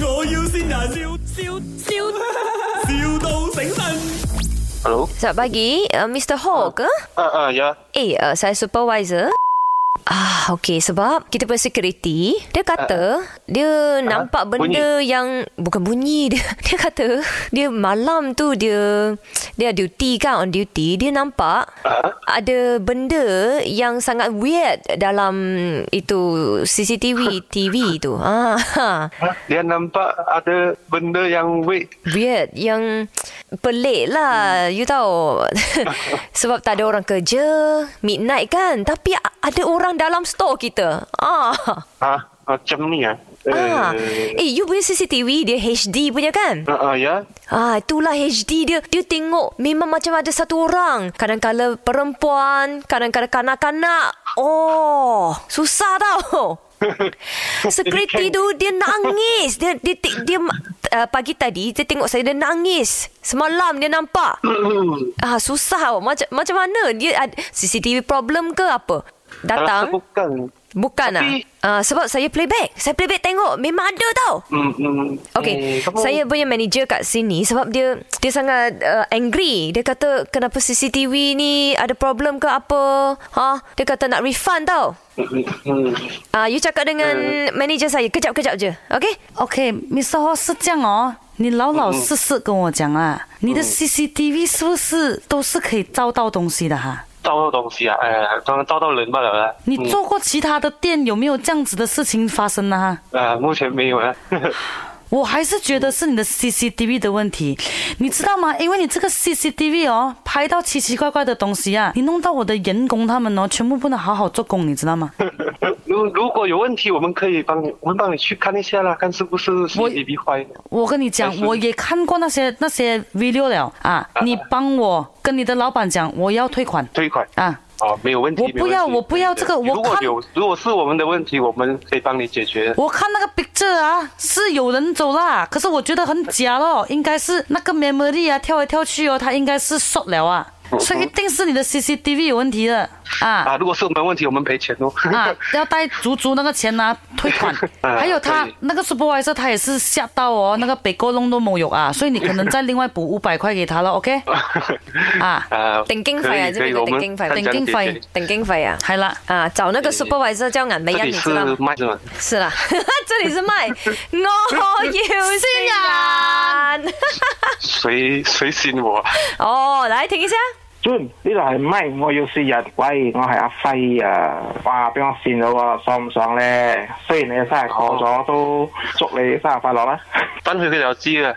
要先人，笑笑笑，,笑到醒神。 Hello. Selamat pagi, uh, Mr. Ho ke? Ah, ah, ya. Eh, uh, saya supervisor. Ah, okey. Sebab kita punya security, dia kata Ah. dia nampak benda yang... Bukan bunyi dia. Dia kata dia malam tu dia... Dia duty kan, on duty. Dia nampak Ah, ada benda yang sangat weird dalam itu CCTV TV tu. Ah, dia nampak ada benda yang wait. weird yang pelik lah you tahu sebab tak ada orang kerja midnight kan tapi a- ada orang dalam store kita ah Ah, macam ni ah. ah Eh, eh you punya CCTV dia HD punya kan ah, ah, ya. ah itulah HD dia dia tengok memang macam ada satu orang kadang-kadang perempuan kadang-kadang kanak-kanak oh susah tau Security tu dia nangis. Dia dia dia, dia uh, pagi tadi dia tengok saya dia nangis. Semalam dia nampak. Ah susah awak. macam macam mana dia ad, CCTV problem ke apa? Rasa Datang bukan. bukan ah. Tapi- Ah sebab saya playback. Saya playback tengok memang ada tau. Hmm, hmm. Okay, kamu- saya punya manager kat sini sebab dia dia sangat uh, angry. Dia kata kenapa CCTV ni ada problem ke apa? Ha, dia kata nak refund tau. Hmm, hmm. Ah, you cakap dengan manager saya kejap-kejap je. Okay? OK，Mr. Ho 是这样哦，你老老实实跟我讲啊，你的 CCTV 是不是都是可以照到东西的哈？照到东西啊，哎，刚刚照到人罢了啦。你做过其他的店有没有这样子的事情发生呢、哈？啊，目前没有啊。 我还是觉得是你的 CCTV 的问题，你知道吗？因为你这个 CCTV 哦，拍到奇奇怪怪的东西啊，你弄到我的员工他们哦，全部不能好好做工，你知道吗？如如果有问题，我们可以帮你，我们帮你去看一下啦，看是不是 CCTV 坏的。我跟你还讲，是我也看过那些那些 video 了啊，你帮我跟你的老板讲，我要退款退款。Ah. 啊。哦，没有问题。我不要没有问题我不要这个我如果看有，如果是我们的问题，我们可以帮你解决。我看那个 picture 啊，是有人走啦，可是我觉得很假咯，应该是那个 memory 啊跳来跳去哦，它应该是 short 了啊，所以一定是你的 CCTV 有问题的啊啊，如果是我们问题，我们赔钱哦。。啊，要带足足那个钱啊，退款啊还有他可以那个 supervisor 他也是吓到哦，那个北沟弄都没有啊，所以你可能再另外补五百块给他了，OK？啊，啊，定經費啊可以可以這邊叫我們定經費看怎樣定經費解決等经费啊。系啦，啊，找那个对 supervisor 叫眼眉这音，里你是知道吗？麦子吗？是啦， 这里是麦，我要新人。谁谁信我？ 哦，来听一下。 Jun，呢度係咪？我要試日，喂，我係阿輝啊！哇，俾我跣到喎，爽唔爽咧？雖然你嘅生日過咗，都祝你生日快樂啦！啊搬回去了，知了。